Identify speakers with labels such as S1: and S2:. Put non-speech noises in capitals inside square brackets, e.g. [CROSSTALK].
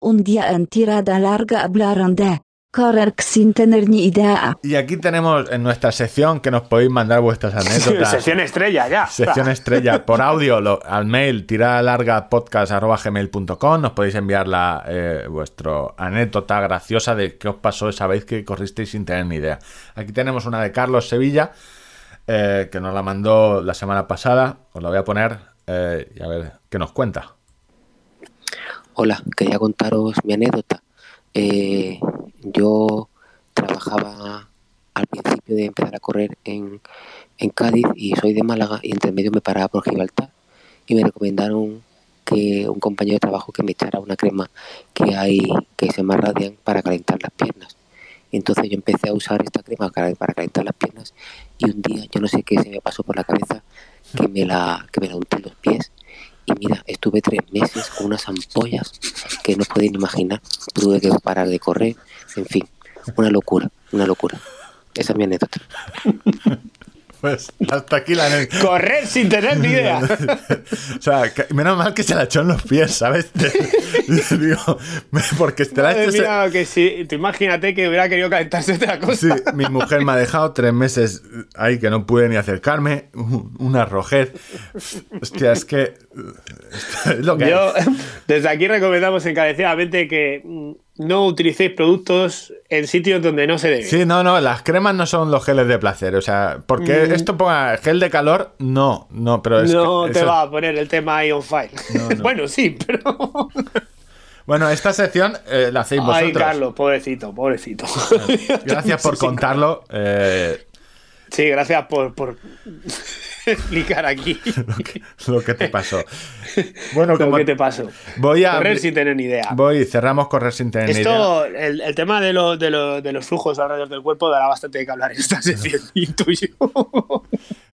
S1: un día en tirada larga hablaron de correr sin tener ni idea.
S2: Y aquí tenemos en nuestra sección que nos podéis mandar vuestras anécdotas.
S3: Sección estrella, ya.
S2: Sección estrella por audio lo- al mail tiradalargapodcast.gmail.com Nos podéis enviar la, eh, vuestro anécdota graciosa de qué os pasó esa vez que corristeis sin tener ni idea. Aquí tenemos una de Carlos Sevilla eh, que nos la mandó la semana pasada. Os la voy a poner eh, y a ver qué nos cuenta.
S4: Hola, quería contaros mi anécdota. Eh, yo trabajaba al principio de empezar a correr en, en Cádiz y soy de Málaga y entre medio me paraba por Gibraltar y me recomendaron que un compañero de trabajo que me echara una crema que hay que se llama Radiant para calentar las piernas. Entonces yo empecé a usar esta crema para para calentar las piernas y un día yo no sé qué se me pasó por la cabeza que me la, que me la unté en los pies y mira, estuve tres meses con unas ampollas que no os podéis ni imaginar. Tuve que parar de correr. En fin, una locura, una locura. Esa es mi anécdota.
S2: Pues hasta aquí la anécdota.
S3: [LAUGHS] Correr sin tener
S2: [LAUGHS]
S3: ni idea.
S2: este O sea, que- menos mal que se la echó en los pies, ¿sabes? [LAUGHS] Te- digo, me- porque te la
S3: Madre
S2: eches-
S3: mía, que sí. Tú imagínate que hubiera querido calentarse otra cosa.
S2: Sí, mi mujer me ha dejado tres meses ahí que no pude ni acercarme, un- una rojez. Hostia, es que. Es lo que
S3: Yo, [LAUGHS] eh,
S2: hay.
S3: desde aquí recomendamos encarecidamente que mm, no utilicéis productos en sitios donde no se debe.
S2: Sí, no, no, las cremas no son los geles de placer. O sea, porque esto ponga gel de calor, no, no, pero es.
S3: Mm. no
S2: que
S3: te
S2: eso-
S3: va a poner el tema ahí on file. [LAUGHS] bueno, sí, pero.
S2: Bueno, esta sección eh, la hacéis vosotros.
S3: Ay, Carlos, pobrecito, pobrecito.
S2: Gracias por
S3: Sí,
S2: contarlo. eh,
S3: [LAUGHS] Sí, gracias por, por [LAUGHS]
S2: [LAUGHS]
S3: explicar aquí
S2: lo que te
S3: [LAUGHS]
S2: pasó. Bueno,
S3: lo
S2: como
S3: que te pasó.
S2: voy a
S3: Correr sin tener ni idea.
S2: voy cerramos correr sin tener ni idea.
S3: Esto, el, el tema de, [LAUGHS] lo- de, lo- de los flujos alrededor del cuerpo dará bastante que hablar en esta sesión, intuyo.